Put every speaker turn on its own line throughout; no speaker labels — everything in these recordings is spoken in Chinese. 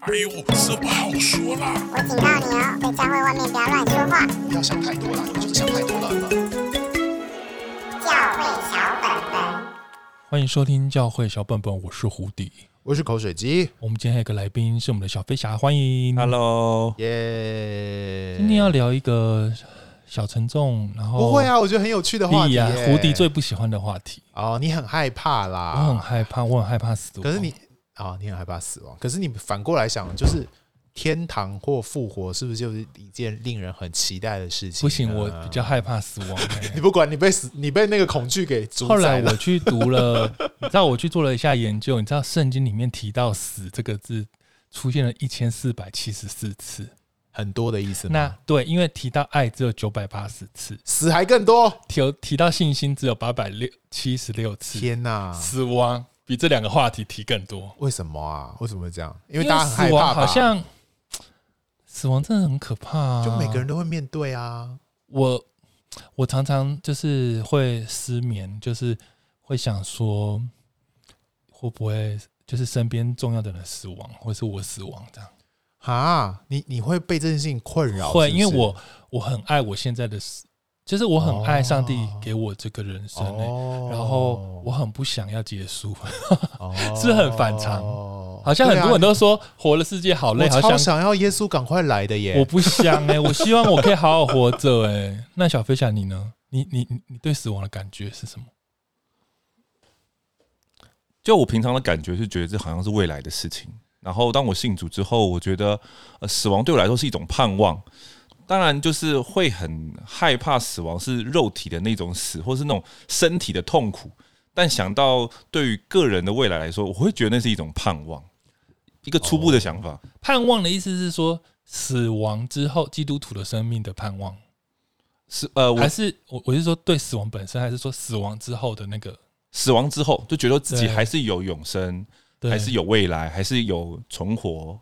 哎呦，这不好说啦，
我警告你哦，在教会外面不要乱说话。
不要想太多啦，你就是想太多了。
教会小本本。
欢迎收听教会小本本，我是胡迪。
我是口水鸡，
我们今天还有一个来宾是我们的小飞侠，欢迎。
Hello，
耶！
哦今天要聊一个小沉重，然后
不会啊，我觉得很有趣的话
弟
题
呀、
耶
哦胡迪最不喜欢的话题。
哦，你很害怕
我很
啦，
害怕，我很害怕死亡。
啊可是你哦，你很害怕死亡，可是你反过来想，就是天堂或复活，是不是就是一件令人很期待的事情？啊
不行，我比较，害怕死亡、哎
你不管你被死，你被那个恐惧给主
后来
宰
我
了，
去读 了，你知道我去做了一下研究，你知道圣经里面提到“死”这个字出现了一千四百七十四次。
很多的意思吗。
那对，因为提到爱只有九百八十次，
死还更多，
提提到信心只有八百六七十六次，
天哪！
死亡比这两个话题提更多，
为什么啊？为什么会这样？因
因
为大家很害
死
怕
亡好
吧？
像死亡真的很可怕、啊，
就每个人都会面对啊。
我我常常就是会失眠，就是会想说会不会就是身边重要的人死亡，或是我死亡这样。
啊，你你会被这件事情困扰？
会，
哦是不
因为
是
我我很爱我现在的死，就是我很爱上帝
哦
给我这个人生、欸
哦
然后我很不想要结束，
哦
是不是很反常好像很
对啊
多人都说活了世界好累，
我
好
超
想
想要耶稣赶快来的
我
耶！
不想哎、我希望我可以好好活着哎、那小飞侠你呢？你你你你对死亡的感觉是什么？
就我平常的感觉是觉得这好像是未来的事情。然后当我信主之后，我觉得呃死亡对我来说是一种盼望。当然，就是会很害怕死亡是肉体的那种死，或是那种身体的痛苦。但想到对于个人的未来来说，我会觉得那是一种盼望，一个初步
哦
的想法。
盼望的意思是说，死亡之后基督徒的生命的盼望，
是呃，我
还是我我是说对死亡本身，还是说死亡之后的那个？
死亡之后就觉得自己
对
还是有永生，
对，
还是有未来，还是有存活。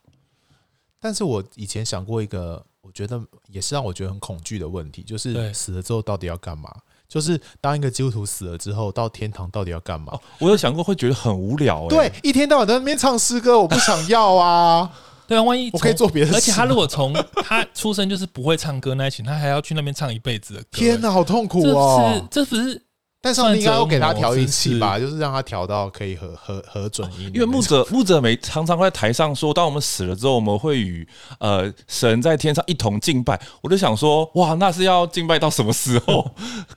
但是我以前想过一个，我觉得也是让我觉得很恐惧的问题，就
对
是死了之后到底要干嘛？就是当一个基督徒死了之后，到天堂到底要干
哦
嘛？
我有想过，会觉得很无聊、欸。
对，，一天到晚在那边唱诗歌，我不想要啊！
对啊，万一
我可以
从
做别的事
而且他如果从 他出生就是不会唱歌那一群，他还要去那边唱一辈子的歌、
天
哪、
哪，好痛苦
这
哦
是！这不是
但上帝应该要给他
算折磨
调音器吧，就是让他调到可以合合合准音的那种。
因为牧者牧者每常常会在台上说，当我们死了之后，我们会与呃神在天上一同敬拜。我就想说，哇，那是要敬拜到什么时 候？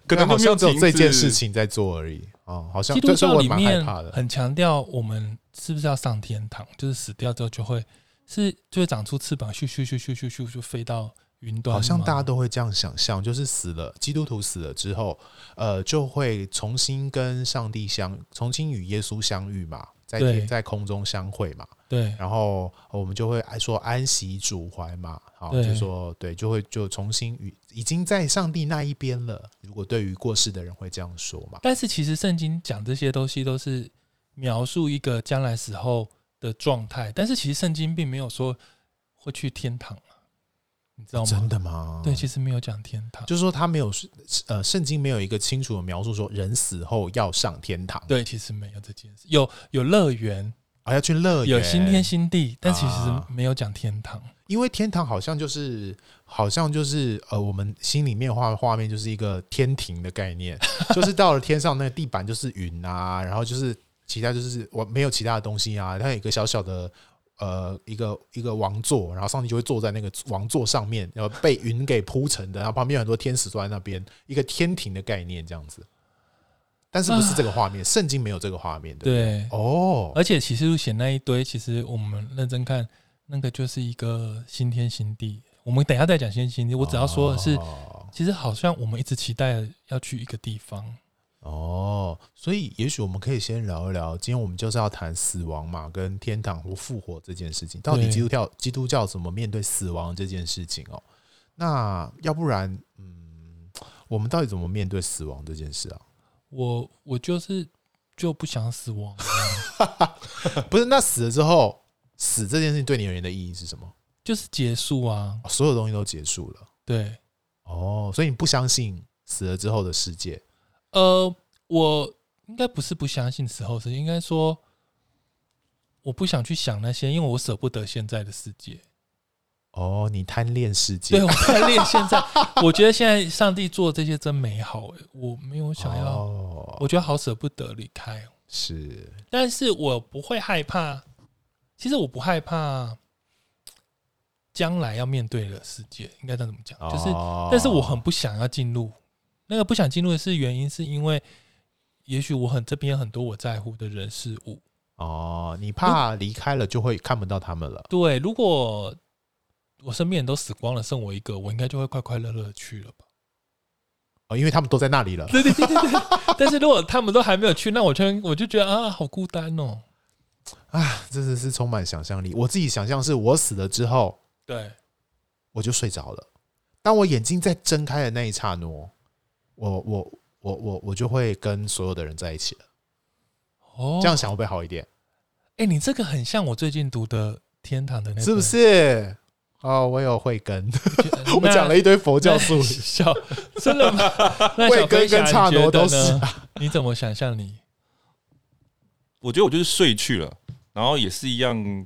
可能
好
就没
像
有
只有
停
这件
止
事。情在做而已哦，好像
基督
所以
教
我也
里
蛮害
面
怕的。
很强调我们是不是要上天堂，就是死掉之后就会是就会长出翅膀，咻咻咻咻咻咻就飞到云端吗，
好像大家都会这样想象，就是死了，基督徒死了之后，呃，就会重新跟上帝相，重新与耶稣相遇嘛，在
对
天在空中相会嘛，
对
然后呃我们就会说安息主怀嘛，好，
对
就说对，就会就重新与已经在上帝那一边了。如果对于过世的人会这样说嘛，
但是其实圣经讲这些东西都是描述一个将来死后的状态，但是其实圣经并没有说会去天堂啊，你知道吗？
真的吗？
对，其实没有讲天堂，
就是说他没有呃，圣经没有一个清楚的描述说人死后要上天堂，，
对，其实没有这件事，有有乐园，
啊要去乐园，
有新天新地，但其实
啊
没有讲天堂。
因为天堂好像就是，好像就是呃，我们心里面画画面就是一个天庭的概念， 就是到了天上那个地板就是云啊，然后就是其他就是我没有其他的东西啊，它有一个小小的呃一个一个王座，然后上帝就会坐在那个王座上面，然后被云给铺成的，然后旁边有很多天使坐在那边，一个天庭的概念这样
啊
子。但是不是这个画面？圣经没有这个画面，对不对？
对，
哦，
而且启示录写那一堆，其实我们认真看，那个就是一个新天新地。我们等一下再讲新天新地，我只要说的是，
哦
其实好像我们一直期待要去一个地方，
哦，所以也许我们可以先聊一聊，今天我们就是要谈死亡嘛，跟天堂或复活这件事情，到底
对
基督教基督教怎么面对死亡这件事情哦？那要不然，嗯，我们到底怎么面对死亡这件事啊？
我我就是就不想死亡 啊，
不是，那死了之后，死这件事情对你而言的意义是什么？
就是结束啊。
哦所有东西都结束了
对，
哦，所以你不相信死了之后的世界
呃，我应该不是不相信死后事，应该说，我不想去想那些，因为我舍不得现在的世界。
哦，你贪恋世界，
对我在练现在，我觉得现在上帝做这些真美好、欸，我没有想要，
哦、
我觉得好舍不得离开哦。
是
但是我不会害怕，其实我不害怕将来要面对的世界，应该这样怎么讲？就是，
哦
但是我很不想要进入那个不想进入的是原因，是因为也许我很这边很多我在乎的人事物。
哦，你怕离开了就会看不到他们了。
对，如果我身边人都死光了，剩我一个，我应该就会快快乐乐地去了吧？
哦，因为他们都在那里了。
对对对对对。但是如果他们都还没有去，那我就我就觉得啊，好孤单哦。
啊，真的是充满想象力。我自己想象是我死了之后，
对，
我就睡着了。当我眼睛在睁开的那一刹那，我我我我我就会跟所有的人在一起了。
哦，
这样想会不会好一点？
哎、你这个很像我最近读的《天堂》的那本，
是不是？哦，我有慧根， 我讲了
一
一堆佛教术语。
小，真 的吗？那
慧
小
根
飞侠
跟刹
你觉
那
得
都是啊
呢？你怎么想象你？
我觉得我就是睡去了，然后也是一样，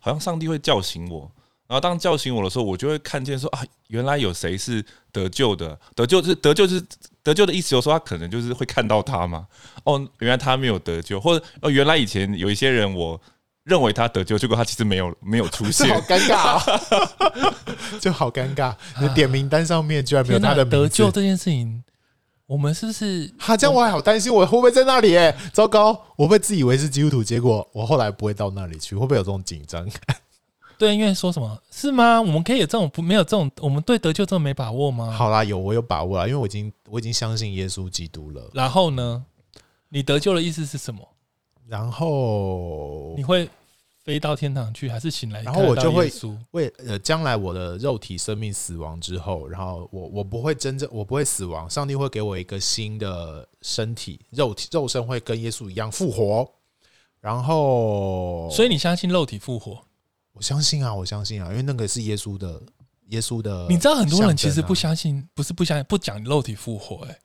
好像上帝会叫醒我。然后当叫醒我的时候，我就会看见说啊，原来有谁是得救的？得救是得救是得救的意思，就是说他可能就是会看到他嘛。哦，原来他没有得救，或者哦，原来以前有一些人我认为他得救，结果他其实没有没有出
这好
现。
尴尬、哦，就好尴尬。你的点名单上面居然 没有
天
他
哪，
的名字
得救这件事情，我们是不是
哈，这样我还好担心我会不会在那里、欸？糟糕，我会不会自以为是基督徒，结果我后来不会到那里去，会不会有这种紧张 感？
对，因为说什么是吗？我们可以有这种不没有这种，我们对得救这么没把握吗？，
好啦，有我有把握啦，因为我已经我已经相信耶稣基督了。
然后呢？你得救的意思是什么？
然后
你会飞到天堂去，还是醒来
然
看
后
得到耶稣？
我就会为呃将来我的肉体生命死亡之后，然后我我不会真正我不会死亡，上帝会给我一个新的身体，肉体肉身会跟耶稣一样复活。然后，
所以你相信肉体复活？
我相信啊，我相信啊，因为那个是耶稣的，耶稣的、啊
你知道很多人其实不
想。
相信，不是不相信，不讲肉体复活、欸，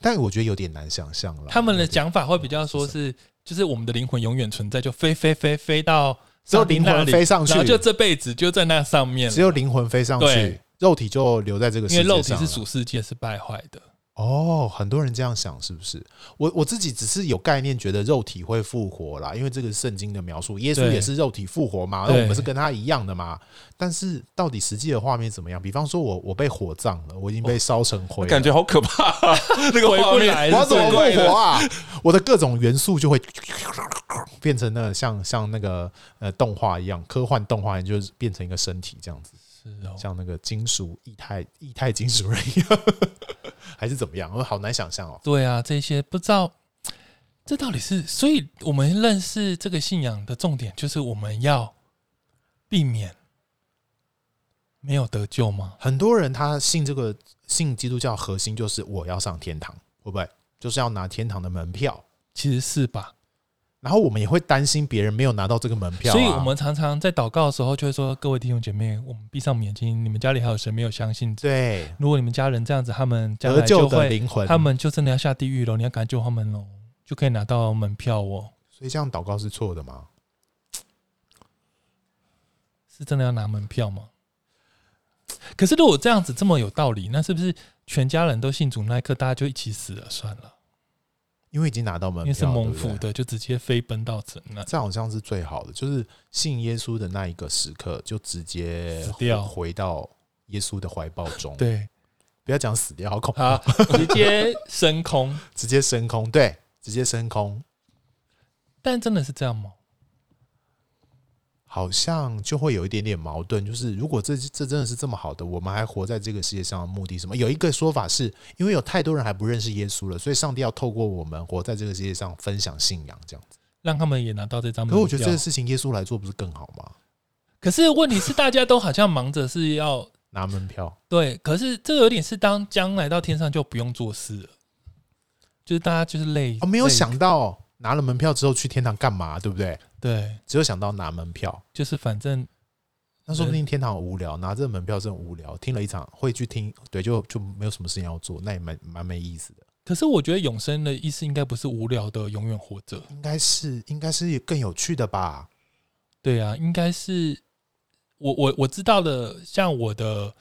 但我觉得有点难想象了。
他们的
有点
讲法会比较说是，就是我们的灵魂永远存在，就飞飞飞飞到上帝
只有灵魂
那里
飞上去
然后就这辈子就在那上面
只有灵魂飞上去
对，
肉体就留在这个世
因
界
为
上了。
肉体是属世界，是败坏的。
哦，很多人这样想是不是？我我自己只是有概念，觉得肉体会复活啦，因为这个是圣经的描述，耶稣
对
也是肉体复活嘛，那
对
我们是跟他一样的嘛。但是到底实际的画面怎么样？比方说我我被火葬了，我已经被烧成灰了
感觉好可怕、 啊，那个
回
画
不
面
来
我要怎么
是最
复活啊？ 我的各种元素就会 变成那个像像那个呃动画一样，科幻动画一样，就是变成一个身体这样子，
是哦，
像那个金属液态液态金属人一样， 还是怎么样？我好难想象哦。
对啊，这些不知道这到底是，所以我们认识这个信仰的重点就是我们要避免没有得救吗？
很多人他信这个信基督教核心就是我要上天堂，会不会就是要拿天堂的门票？
其实是吧，
然后我们也会担心别人没有拿到这个门票啊、
所以我们常常在祷告的时候就会说：“各位弟兄姐妹，我们闭上眼睛，你们家里还有谁没有相信？
对
如果你们家人这样子，他们将
得
来
救
就
的
会
灵魂，
他们就真的要下地狱喽，你要赶紧救他们喽，就可以拿到门票哦。
所以这样祷告是错的吗？
是真的要拿门票吗？可是如果这样子这么有道理，那是不是全家人都信主那一刻，大家就一起死了算了？
因为已经拿到门
因
票，
为是蒙
对不对
福的，就直接飞奔到神那。
这好像是最好的，就是信耶稣的那一个时刻，就直接
死掉
回回到耶稣的怀抱中。，
对，
不要讲死掉，好恐怖，
好，直接升空。
直接升空，对，直接升空，
但真的是这样吗？
好像就会有一点点矛盾。就是如果这这真的是这么好的，我们还活在这个世界上的目的是什么？有一个说法是因为有太多人还不认识耶稣了，所以上帝要透过我们活在这个世界上分享信仰这样子。
让他们也拿到这张门
可
票。
是我觉得这个事情耶稣来做不是更好吗？
可是问题是，大家都好像忙着是要
拿门票，
对，可是这有点是当将来到天上就不用做事了，就是大家就是累
哦，没有
累
想到拿了门票之后去天堂干嘛，对不对？
对，
只有想到拿门票。
就是反正
那说不定天堂很无聊，拿这门票真的无聊，听了一场会去听，对，就就没有什么事情要做，那也蛮蛮没意思的。
可是我觉得永生的意思应该不是无聊的永远活着，
应该是应该是更有趣的吧？
对啊，应该是我我我知道的，像我的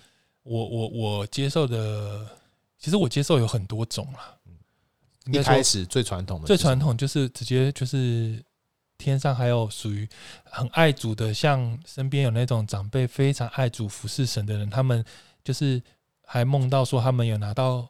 我我我接受的，其实我接受有很多种啦。应
嗯一
该说
开始最传统的
最
是什么
传统就是直接就是天上还有属于很爱主的，像身边有那种长辈非常爱主服侍神的人，他们就是还梦到说他们有拿到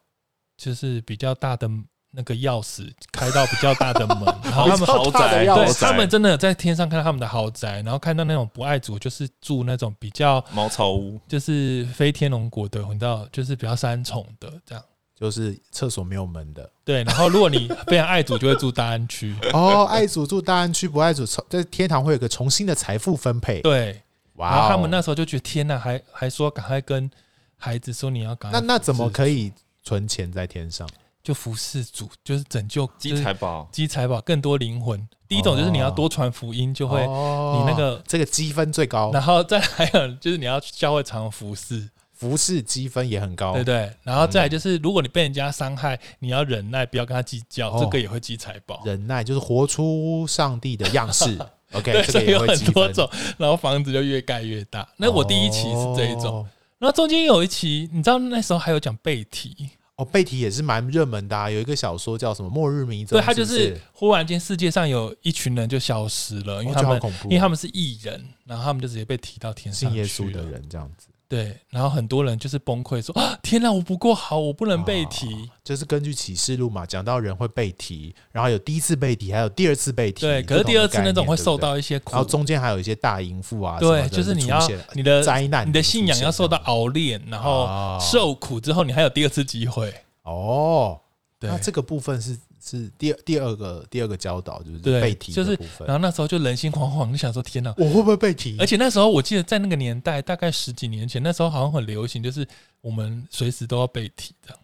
就是比较大的那个钥匙，开到比较大的门，然后他们
豪
大的
宅，
要
对
豪宅
他们真的在天上看到他们的豪宅，然后看到那种不爱主就是住那种比较
茅草屋，
就是非天龙国的，你知道就是比较三重的这样。
就是厕所没有门的
对，然后如果你非常爱主，就会住大安区。
哦。爱主住大安区，不爱主在天堂会有一个重新的财富分配。
对，
哇哦，
然后他们那时候就觉得天呐，还还说赶快跟孩子说你要赶
那
快，
那怎么可以存钱在天上？
就服侍主，就是拯救
积财宝，
积财宝更多灵魂。第一种就是你要多传福音，就会，
哦
你那个
这个积分最高，
然后再来还有就是你要去教会常服侍，
服饰积分也很高。
对不对？然后再来就是如果你被人家伤害，你要忍耐，不要跟他计较，
哦
这个也会积财宝。
忍耐就是活出上帝的样 式。OK，
对，
哎这
所
个
以
也
有
会
很
积分
多种，然后房子就越盖越大。那我第一期是这一种，
哦
然后中间有一期，你知道那时候还有讲背题，
哦，贝体也是蛮热门的、啊，有一个小说叫什么《末日迷踪》，
对他就是是忽然间世界上有一群人就消失了，因为
哦
他
这好
们、
恐怖
因为他们是艺人，然后他们就直接被提到天
不是
上
信
去了
耶稣的，人这样子，
对，然后很多人就是崩溃说啊，天哪，我不够好，我不能被提，
就是根据启示录嘛，讲到人会被提，然后有第一次被提，还有第二次被提，
对，可是
不同
第
的
二次
概
那种
念
会
对不
受
对
到一些苦，
然后中间还有一些大淫妇啊什么
对，
的出
就
现，
是你要你的
灾难，
你的信仰要受到熬炼，然后
哦
受苦之后，你还有第二次机会，
哦。
对
那。这个部分是是第二第二个第二个教导，就是
对，
被提
就
的
是
部，分。
然后那时候就人心惶惶，就想说天哪，
我会不会被提？
而且那时候我记得在那个年代，大概十几年前，那时候好像很流行，就是我们随时都要被提这样。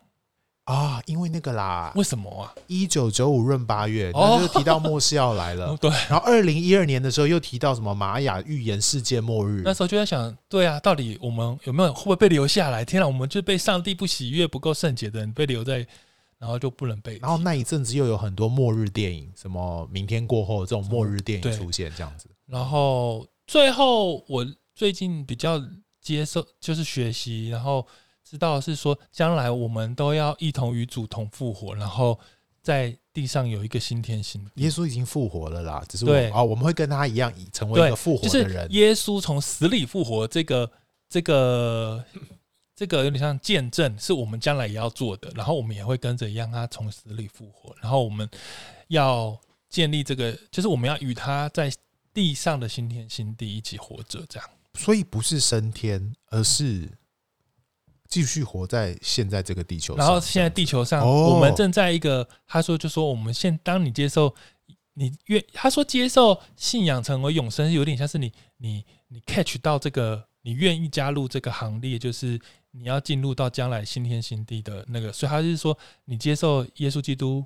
啊，因为那个啦，
为什么啊？
一九九五闰八月，
哦
那就提到末世要 来了。
对，
然后二零一二年的时候又提到什么玛雅预言世界末日
那，时候就在想，对啊，到底我们有没有会不会被留下来？天啊，我们就被上帝不喜悦、不够圣洁的人被留在，然后就不能被。
然后那一阵子又有很多末日电影，什么明天过后这种末日电
对
影出现，这样子。
然后最后我最近比较接受就是学习，然后知道是说，将来我们都要一同与主同复活，然后在地上有一个新天新地。
耶稣已经复活了啦，只是
对
我啊，我们会跟他一样，以成为
对，
一个复活
就
的
是
人。
耶稣从死里复活，这个这个这个有点像见证，是我们将来也要做的。然后我们也会跟着一样，他从死里复活。然后我们要建立这个，就是我们要与他在地上的新天新地一起活着，这样。
所以不是升天，而是继续活在现在这个地球
然
上。
后现在地球上，
哦
我们正在一个，他说就说我们现当你接受你越，他说接受信仰成为永生，有点像是你你你 catch 到这个，你愿意加入这个行列，就是你要进入到将来新天新地的那个，所以他就是说你接受耶稣基督。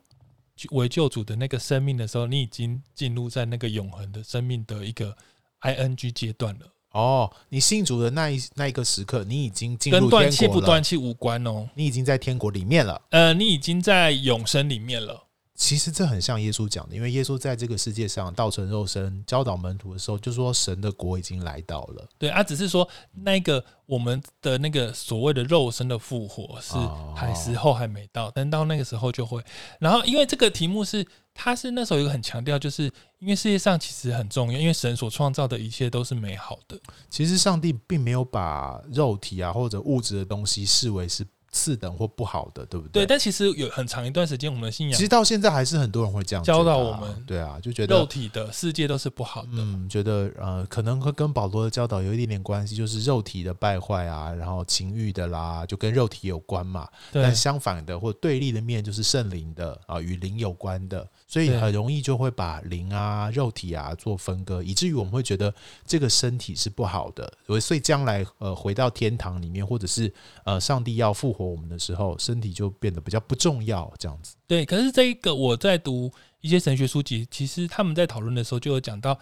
为救主的那个生命的时候，你已经进入在那个永恒的生命的一个 I N G 阶段了，
哦，你信主的那一那一个时刻，你已经进
跟
入天国
断
了，
气不断气无关哦。
你已经在天国里面了。
呃，你已经在永生里面了。
其实这很像耶稣讲的，因为耶稣在这个世界上道成肉身，教导门徒的时候，就说神的国已经来到了。
对啊，只是说那个我们的那个所谓的肉身的复活是
哦
还时候还没到，但到那个时候就会。然后因为这个题目是，它是那时候有一个很强调，就是因为世界上其实很重要，因为神所创造的一切都是美好的。
其实上帝并没有把肉体啊或者物质的东西视为是次等或不好的，对不
对，
对
但其实有很长一段时间，我们的信
其实
仰
到现在还是很多人会这样
教
觉得
导
啊
我们
对啊，就觉
肉
得
体的世界都是不好的。
嗯，觉得呃，可能会跟保罗的教导有一点点关系，就是肉体的败坏啊，然后情欲的啦，就跟肉体有关嘛。
对
但，相反的或对立的面就是圣灵的啊，与灵有关的，所以
对
很容易就会把灵啊、肉体啊做分割，以至于我们会觉得这个身体是不好的。所以所以将来呃回到天堂里面，或者是呃上帝要复活我们的时候，身体就变得比较不重要，这样子。
对，可是这一个我在读一些神学书籍，其实他们在讨论的时候就有讲到，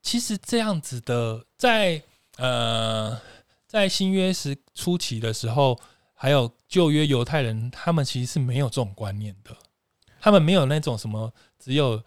其实这样子的在呃在新约时初期的时候，还有旧约犹太人，他们其实是没有这种观念的，他们没有那种什么只有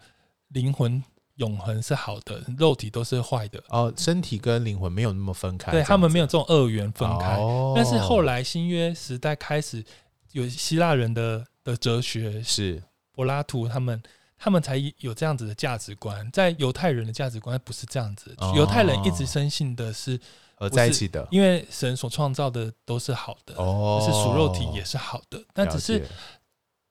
灵魂永恒是好的，肉体都是坏的，
哦，身体跟灵魂没有那么分开，
对他们没
有
有这种二元分开。
哦、
但是后来新约时代开始有希腊人的的哲学，
是
柏拉图他们。他们才有这样子的价值观，在犹太人的价值观不是这样子
哦。
犹太人一直深信的是，
呃
不
在一
是
起的
因为神所创造的都是好的，
哦，
就是属肉体也是好的，但只
了
是
解，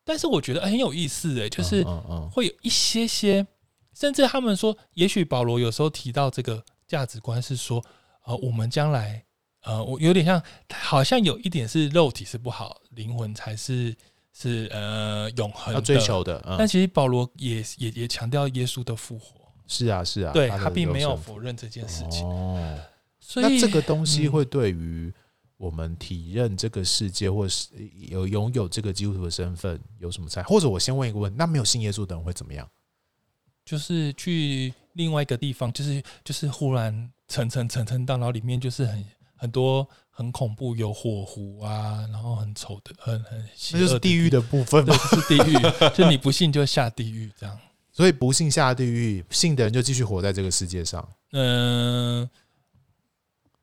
但是我觉得很有意思诶，就是
嗯嗯嗯
会有一些些，甚至他们说，也许保罗有时候提到这个价值观是说，呃，我们将来，呃，我有点像，好像有一点是肉体是不好，灵魂才是是呃永恒
要
的
追。求的，嗯
但，其实保罗也也也强调耶稣的复活，
是啊是啊，
对
他的
他并没有
肉身
否认这件事情，
哦，
所
那
以
这个东西
嗯
会对于我们体认这个世界，或是有拥有这个基督徒的身份有什么差？或者我先问一个问题：那没有信耶稣的人会怎么样？
就是去另外一个地方，就是就是忽然层层层层到，然后里面就是很很多很恐怖，有火湖啊，然后很丑的，很很邪
那
恶
就是地狱
的
的部分
地，
嘛
对，。就是地狱， 就你不信就下地狱这样。
所以不信下地狱，信的人就继续活在这个世 界上，
嗯、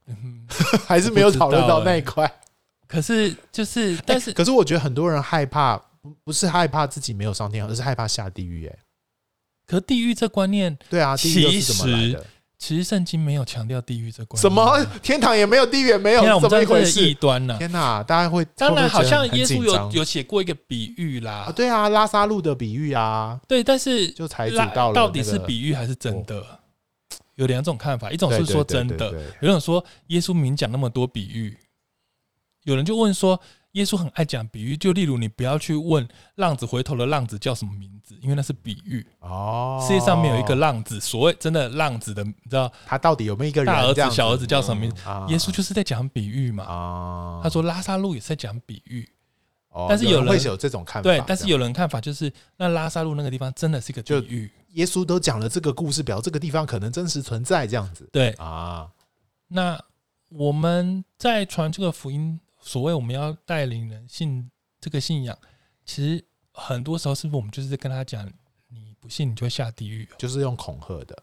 嗯，
还是没有讨论到那一块。
可是就是，但是
可是我觉得很多人害怕，不不是害怕自己没有上天堂，而是害怕下地狱。哎，
可地狱这观念，
对啊，地狱又是怎么来
其
的
实？其实圣经没有强调地狱这观念。
什么天堂也没有，地狱也没有
天啊，我，们
怎么一
这
回
样是异
事？
端啊呢、
天啊哪，大家会
当然，
会不会
好
觉得
像
很
耶稣
紧张
有有写过一个比喻啦，
啊，对啊，拉萨路的比喻啊，
对，但是
就财主
那
到了
到底
那
是
个哦
比喻还是真的？有两种看法，一种
对
是
对
说
对
真
对
的，
对
有人说耶稣明讲那么多比喻，有人就问说耶稣很爱讲比喻，就例如你不要去问浪子回头的浪子叫什么名字，因为那是比喻。
哦，
世界上面有一个浪子，所谓真的浪子的，你知道
他到底有没有一个人
大儿
这
子
样、
小儿子叫什么名字？
啊
耶稣就是在讲比喻嘛。
啊
他说拉萨路也是在讲比喻，
哦
但是
有
有
会
人
有这种看法，
对。但是
这样
有人看法就是，那拉萨路那个地方真的是一个比
就
喻，
耶稣都讲了这个故事，表示这个地方可能真实存在这样子
对。
啊，
那我们在传这个福音，所谓我们要带领人信这个信仰，其实很多时候是不是我们就是在跟他讲，你不信你就会下地狱、哦。
就是用恐吓的，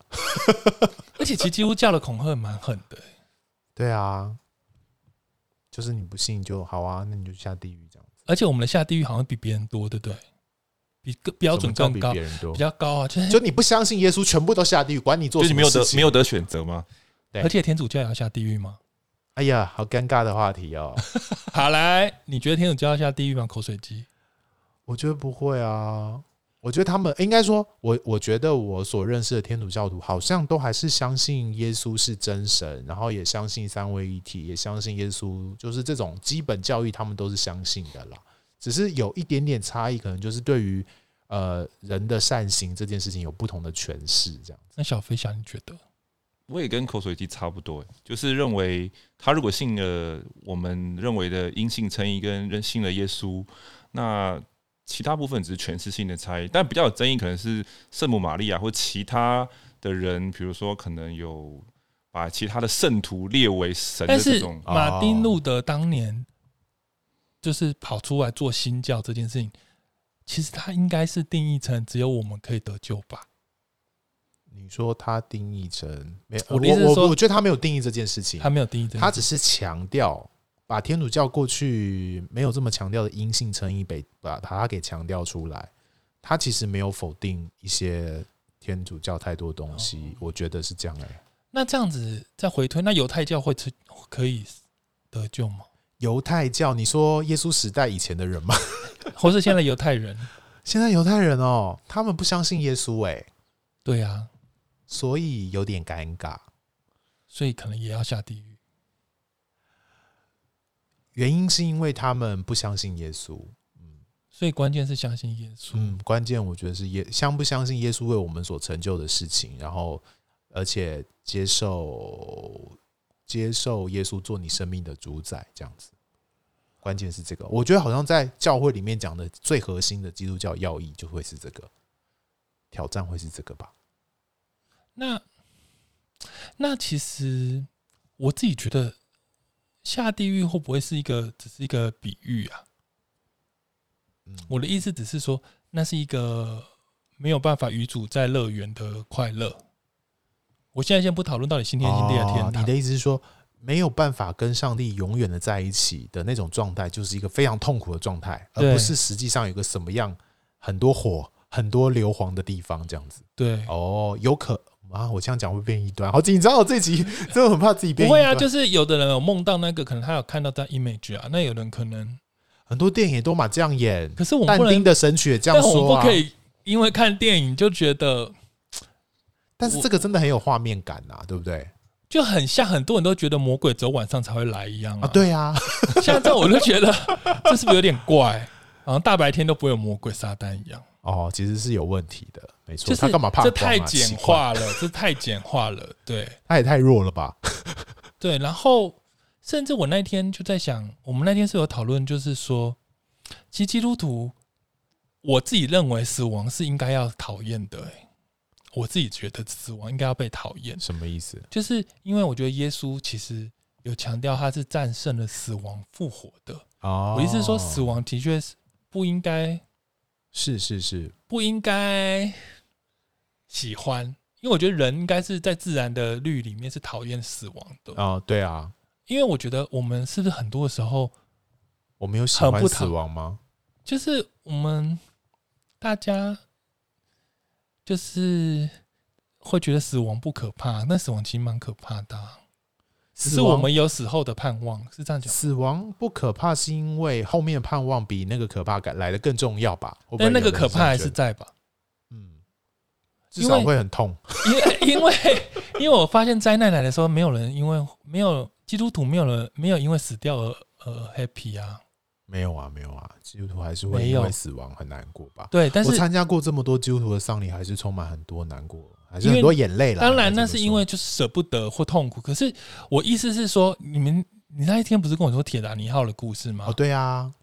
而且其实基督教的恐吓蛮狠的、
对啊，就是你不信就好啊，那你就下地狱这样子，
而且我们的下地狱好像比别人多，对不对？比更标准
什
更
么叫
高，
比别人多
比。较高啊，就是
就你不相信耶稣，全部都下地狱，管你做
就
什
是没有
么事
得
情。
没有得选择吗？
对
而且天主教也要下地狱吗？
哎呀，好尴尬的话题哦。
好来，你觉得天主教要下地狱吗？口水鸡，
我觉得不会啊，我觉得他们应该说，我我觉得我所认识的天主教徒好像都还是相信耶稣是真神，然后也相信三位一体，也相信耶稣，就是这种基本教义他们都是相信的啦。只是有一点点差异，可能就是对于呃人的善行这件事情有不同的诠释，这样
那小飞侠你觉得？
我也跟口水鸡差不多欸，就是认为他如果信了我们认为的因信称义跟认信了耶稣，那其他部分只是诠释性的差异，但比较有争议可能是圣母玛利亚或其他的人，比如说可能有把其他的圣徒列为神的
但
这
是
种，
马丁路德当年就是跑出来做新教这件事情，其实他应该是定义成只有我们可以得救吧？
你说他定义成没有？
我的意思是
我
说
我觉得他没有定义这件事情啊
他，没有定义这件
他
事
只是强调把天主教过去没有这么强调的阴性称义被把把它给强调出来。他其实没有否定一些天主教太多东西，我觉得是这样哎、
那这样子再回推，那犹太教会吃可以得救吗？
犹太教，你说耶稣时代以前的人吗？
或是现在犹太人？
现在犹太人哦，他们不相信耶稣哎、
对啊，
所以有点尴尬。
所以可能也要下地狱。
原因是因为他们不相信耶稣，
所以关键是相信耶稣。
嗯，关键我觉得是耶相不相信耶稣为我们所成就的事情，然后而且接受接受耶稣做你生命的主宰，这样子。关键是这个，我觉得好像在教会里面讲的最核心的基督教要义就会是这个挑战，会是这个吧？
那那其实我自己觉得，下地狱会不会是一个只是一个比喻啊？
嗯
我的意思只是说，那是一个没有办法与主在乐园的快乐。我现在先不讨论到底新天新地的天
哦
堂，
你的意思是说，没有办法跟上帝永远的在一起的那种状态，就是一个非常痛苦的状态，而
对
不是实际上有个什么样很多火、很多硫磺的地方这样子。
对，
哦，有可啊，我这样讲会变异端，好紧张哦！这 一集真的很怕自己变
不
异
会
端。
啊，就是有的人有梦到那个，可能他有看到他 image 啊，那有人可能，
很多电影也都嘛这样演，
可是我们
但
不
丁
能，
的神曲也这样
但我
说
们不
啊。
可以因为看电影就觉得
但是这个真的很有画面感呐、对不对？
就很像很多人都觉得魔鬼只有晚上才会来一样
啊，，对啊，
像这样我就觉得 这是不是有点怪？好像大白天都不会有魔鬼撒旦一样，
哦，其实是有问题的，没错。
就是
他干嘛怕、啊？
这太简
奇怪，
化了，这太简化了，对。
他也太弱了吧？
对，然后甚至我那天就在想，我们那天是有讨论，就是说，其实基督徒，我自己认为死亡是应该要讨厌的、欸，我自己觉得死亡应该要被讨厌，
什么意思？
就是因为我觉得耶稣其实有强调他是战胜了死亡复活的。
哦，
我意思是说，死亡的确是不应该
是是是，
不应该喜欢，因为我觉得人应该是在自然的律里面是讨厌死亡的。
啊、对啊，
因为我觉得我们是不是很多的时候，
我们有喜
很
欢
不
死
讨
亡吗？
就是我们大家就是会觉得死亡不可怕，那死亡其实蛮可怕的啊、只是
死亡
我们有死后的盼望，是这样讲。
死亡不可怕，是因为后面的盼望比那个可怕感来的更重要吧？会不会
但那个
有人
可
这
怕
样
还
觉
是
得
在吧？
嗯，至
因
少
为
会很痛。
因为 因为因为我发现灾难来的时候，没有人因为没有基督徒没有人没有因为死掉而而 happy 啊。
没有啊，没有啊，基督徒还是会
没
因
有
为死亡很难过吧？
对，但
我
是
参加过这么多基督徒的丧礼，还是充满很多难过，还是
因为
很多眼泪啦。
当然
应该这
那
么
是
说
因为就是舍不得或痛苦。可是我意思是说，你们你那一天不是跟我说铁达尼号的故事吗？
哦，对啊，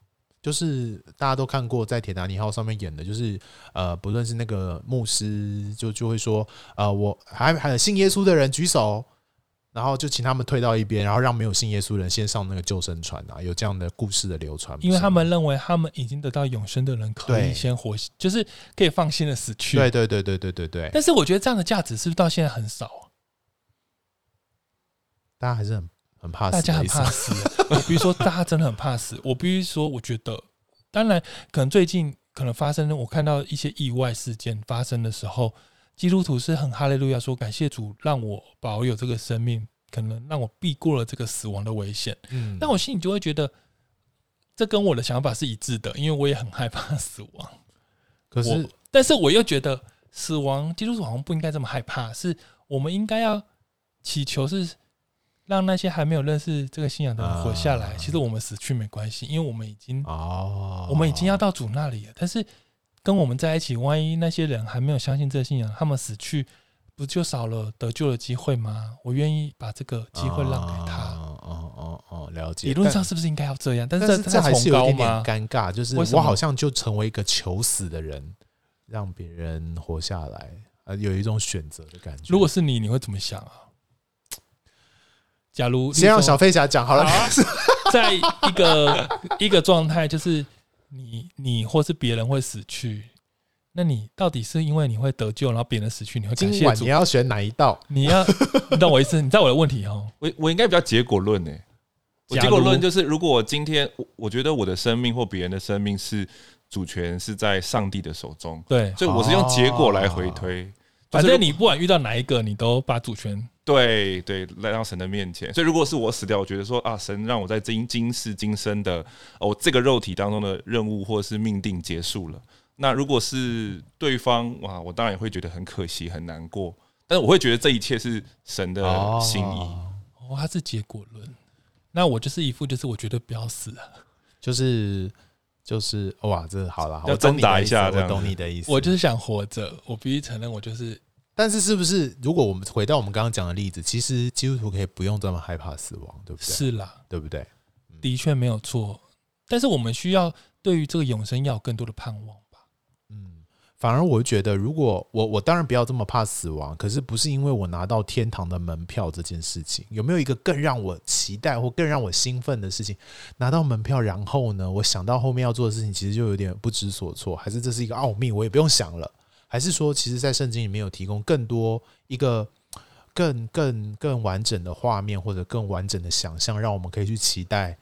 就是大家都看过在《铁达尼号》上面演的，就是呃，不论是那个牧师就就会说，呃，我还还有信耶稣的人举手，然后就请他们退到一边，然后让没有信耶稣的人先上那个救生船啊，有这样的故事的流传，
因为
不是
他
吗
们认为他们已经得到永生的人可以
对
先活，就是可以放心的死去。
对对对对对对对，
但是我觉得这样的价值是不是到现在很少啊、
大家还是很很怕死，
大家很 怕。死。我必须说，大家真的很怕死。我必须说，我觉得，当然可能最近可能发生，我看到一些意外事件发生的时候，基督徒是很哈利路亚说感谢主让我保有这个生命，可能让我避过了这个死亡的危险。
嗯，
但我心里就会觉得。这跟我的想法是一致的，因为我也很害怕死亡。
可
我
是，
但是我又觉得死亡，基督徒好像不应该这么害怕，是我们应该要祈求是让那些还没有认识这个信仰的人活下来。
啊
其实我们死去没关系，因为我们已经、
哦，
我们已经要到主那里了。但是跟我们在一起，万一那些人还没有相信这个信仰，他们死去不就少了得救的机会吗？我愿意把这个机会让给他。
哦哦哦哦，了解。
理论
但
上是不是应该要这样？但是
但是
这
这还是
崇
有
高
一点点
吗？
尴尬，就是
为什么
我好像就成为一个求死的人，让别人活下来，呃，有一种选择的感觉。
如果是你，你会怎么想啊？假如
先让
例如说啊
小飞侠讲好了，
在一个一个状态，就是你你或是别人会死去，那你到底是因为你会得救，然后别人死去，你会感
今
谢
晚
主
你？要选哪一道？
你要你懂我意思？你知道我的问题哦。
我我应该比较结果论呢、欸我
假
结果
如
论就是，如果我今天我我觉得我的生命或别人的生命是主权是在上帝的手中，
对，
所以我是用结果来回推。就
啊反
是
正你不管遇到哪一个，你都把主权
对对来到神的面前，所以如果是我死掉，我觉得说啊，神让我在今今世今生的哦这个肉体当中的任务或是命定结束了。那如果是对方哇，我当然也会觉得很可惜很难过，但是我会觉得这一切是神的
哦
心意。
哦，它是结果论。那我就是一副就是我绝对不要死啊，
就是就是哇，这好了，
要
我懂
挣扎
你的意思
一下这
我
样
懂
子
你的意思。
我就是想活着。我必须承认，我就是
但是是不是如果我们回到我们刚刚讲的例子，其实基督徒可以不用这么害怕死亡，对不对？
是啦，
对不对？
的确没有错。但是我们需要对于这个永生要有更多的盼望吧。
嗯，反而我觉得，如果我我当然不要这么怕死亡，可是不是因为我拿到天堂的门票这件事情，有没有一个更让我期待或更让我兴奋的事情？拿到门票，然后呢，我想到后面要做的事情，其实就有点不知所措，还是这是一个奥秘，我也不用想了，还是说，其实，在圣经里面有提供更多一个更更更完整的画面，或者更完整的想象，让我们可以去期待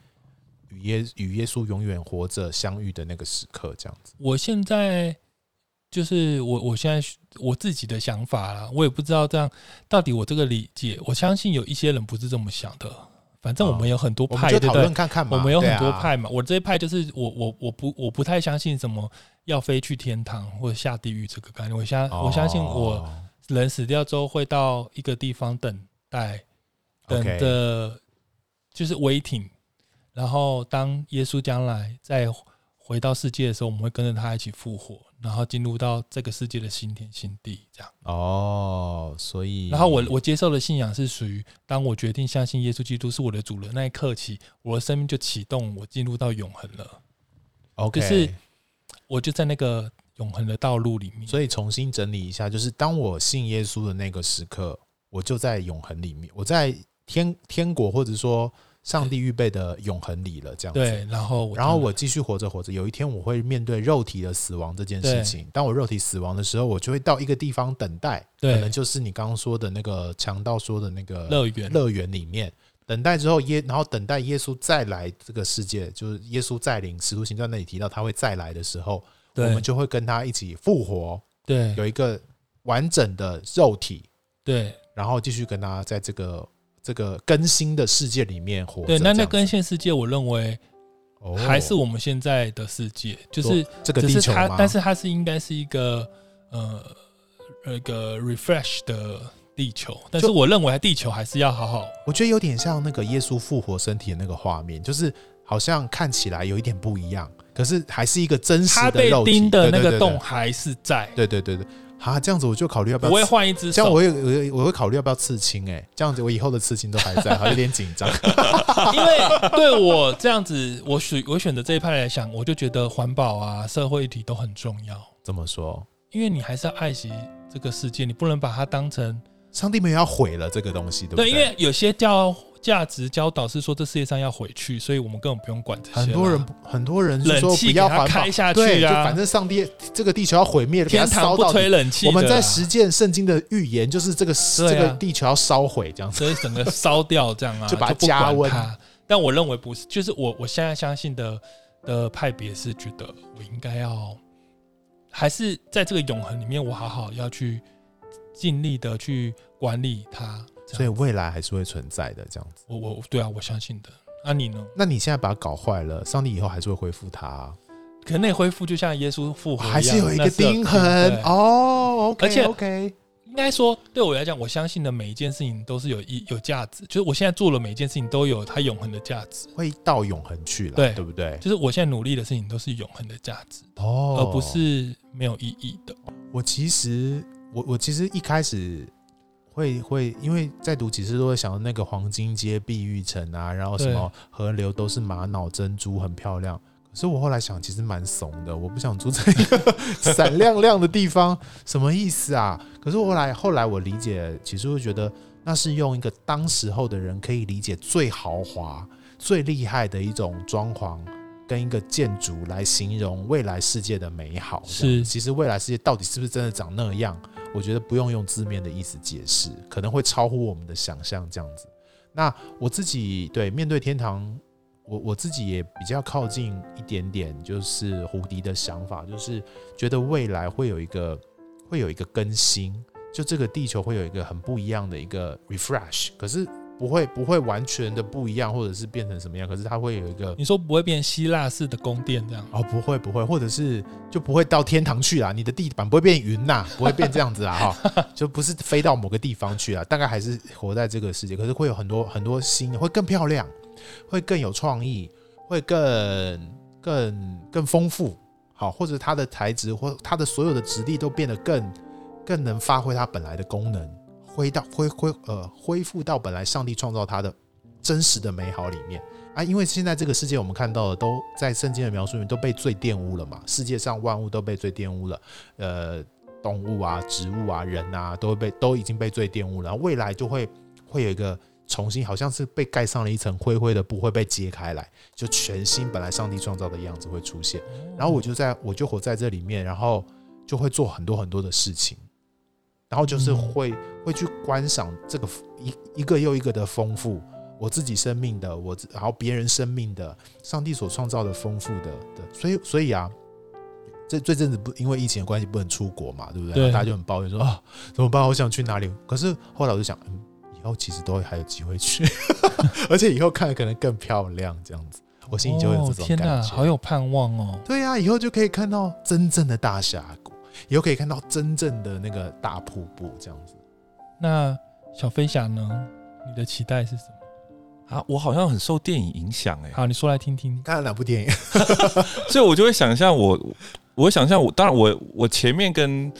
与耶与耶稣永远活着相遇的那个时刻，这样子。
我现在就是我，我现在我自己的想法啦，我也不知道这样到底我这个理解，我相信有一些人不是这么想的。反正我们有很多
哦我们
派，
就
对
讨
不对
论？看看嘛。
我们有
对
很
啊
多派嘛，我这一派就是我我我不我不太相信什么要飞去天堂或者下地狱这个概念。我相我相信我
哦
人死掉之后会到一个地方等待，等
OK
着就是 waiting，然后当耶稣将来再回到世界的时候，我们会跟着他一起复活，然后进入到这个世界的新天新地这样。
哦，所以
然后我我接受的信仰是属于，当我决定相信耶稣基督是我的主人那一刻起，我的生命就启动，我进入到永恒了，
OK，
就是我就在那个永恒的道路里面。
所以重新整理一下，就是当我信耶稣的那个时刻，我就在永恒里面，我在天天国或者说上帝预备的永恒里了，这样子。
对，然后我
然后我继续活着活着，有一天我会面对肉体的死亡这件事情。当我肉体死亡的时候，我就会到一个地方等待，
对
可能就是你刚刚说的那个强盗说的那个
乐园
乐园里面等待之后耶，然后等待耶稣再来这个世界，就是耶稣再临，《使徒行传》那里提到他会再来的时候，我
对
们就会跟他一起复活，
对
有一个完整的肉体，
对
然后继续跟他在这个这个更新的世界里面活着。
对，那
这
那
样子
跟现世界，我认为
哦
还是我们现在的世界，就是
这个
只
地
是
球
它
吗，
但是它是应该是一个呃那个 refresh 的地球，但是
就
我认为地球还是要好好
我觉得有点像那个耶稣复活身体的那个画面，就是好像看起来有一点不一样，可是还是一个真实
他
的
被
肉体
钉的那
对
个
对对
洞还是在，
对对对对，啊，这样子我就考虑要不
不会
要刺。
换一只
这样
手
我，也我也我会考虑要不要刺青哎、这样子我以后的刺青都还 在，好有点紧张。
因为对我这样子，我选我选择这一派来想，我就觉得环保啊、社会议题都很重要，
怎么说？
因为你还是要爱惜这个世界，你不能把它当成
上帝没有要毁了这个东西，对不
对，因为有些教价值教导是说这世界上要回去，所以我们根本不用管这些啦。
很多人不很多人是
冷
说
气
不要
给它
环保，
开下去
对，就
啊
反正上帝这个地球要毁灭了，给它
天堂
烧
不
到
吹
底。
冷气
我
的啦，
们在实践圣经的预言，就是这个、
对啊
这个地球要烧毁这样子。
所以整个烧掉这样啊，
就
就
把它
不管
加温
它。但我认为不是，就是我我现在相信的的派别是觉得我应该要，还是在这个永恒里面，我好好要去尽力的去管理它。这
所以
样，
未来还是会存在的这样子。
我我对啊，我相信的。那、你呢？
那你现在把它搞坏了，上帝以后还是会恢复它啊、
可能那恢复就像耶稣复活一样，啊
还是有一
那
个
时候
钉痕
对
哦。OK，
而且
OK，
应该说，对我来讲，我相信的每一件事情都是有意有价值，就是我现在做了每一件事情都有它永恒的价值，
会到永恒去了，
对
对不对？
就是我现在努力的事情都是永恒的价值，
哦
而不是没有意义的。
我其实我我其实一开始会会，因为在读几次都会想到那个黄金街、碧玉城啊，然后什么河流都是玛瑙珍珠，很漂亮。可是我后来想，其实蛮怂的，我不想住在一个 闪亮亮的地方，什么意思啊？可是我后来后来我理解，其实会觉得那是用一个当时候的人可以理解最豪华、最厉害的一种装潢跟一个建筑来形容未来世界的美好。这样
是
其实未来世界到底是不是真的长那样？我觉得不用用字面的意思解释，可能会超乎我们的想象这样子。那我自己对面对天堂，我我自己也比较靠近一点点，就是胡迪的想法，就是觉得未来会有一个会有一个更新，就这个地球会有一个很不一样的一个 refresh，可是不会不会完全的不一样，或者是变成什么样，可是它会有一个
你说不会变希腊式的宫殿这样？
哦，不会不会，或者是就不会到天堂去啦，你的地板不会变云呐、 不会变这样子啊哈，就不是飞到某个地方去啊，大概还是活在这个世界，可是会有很多很多新的，会更漂亮，会更有创意，会更更更丰富，好，或者它的材质或它的所有的质地都变得更更能发挥它本来的功能，恢到恢恢呃恢复到本来上帝创造它的真实的美好里面啊。因为现在这个世界我们看到的都在圣经的描述里面都被罪玷污了嘛，世界上万物都被罪玷污了，呃，动物啊、植物啊、人啊，都会被都已经被罪玷污了，然后未来就会会有一个。重新好像是被盖上了一层灰灰的布，会被揭开来，就全新本来上帝创造的样子会出现。然后我就在我就活在这里面，然后就会做很多很多的事情，然后就是会、会去观赏这个一一个又一个的丰富，我自己生命的，我自然后别人生命的，上帝所创造的丰富的的，所以所以啊。这这阵子不因为疫情的关系不能出国嘛，对不对？
对
然后大家就很抱怨说啊，怎么办？我想去哪里？可是后来我就想，嗯，以后其实都会还有机会去， 而且以后看的可能更漂亮，这样子，我心里就会有这
哦，
种
天
感觉。
好有盼望哦。
对呀、以后就可以看到真正的大峡谷，以后可以看到真正的那个大瀑布这样子。
那小飞侠呢？你的期待是什么？
啊，我好像很受电影影响哎、
好，你说来听听。
看了哪部电影？
所以我就会想象我，我会想象我，当然我我前面跟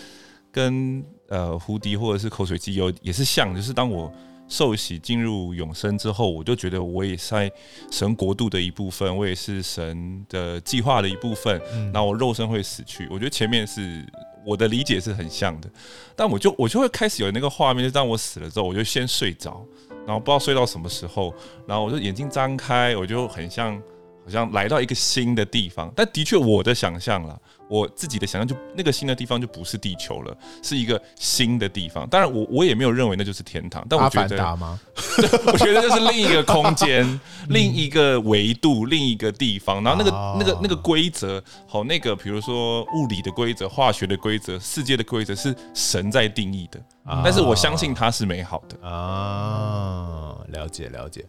跟呃胡迪或者是口水鸡有也是像，就是当我受洗进入永生之后，我就觉得我也是在神国度的一部分，我也是神的计划的一部分。
嗯
那我肉身会死去，我觉得前面是我的理解是很像的，但我就我就会开始有那个画面，就是当我死了之后，我就先睡着，然后不知道睡到什么时候，然后我就眼睛张开，我就很像好像来到一个新的地方，但的确我的想象啦，我自己的想象就那个新的地方就不是地球了，是一个新的地方。当然我，我也没有认为那就是天堂，但我
阿
觉
凡
得
达吗？
我觉得这是另一个空间、另一个维度、另一个地方。然后那个、
哦
那个、那个规则，好，那个比如说物理的规则、化学的规则、世界的规则是神在定义的，
啊
但是我相信它是美好的。
啊，了解了解。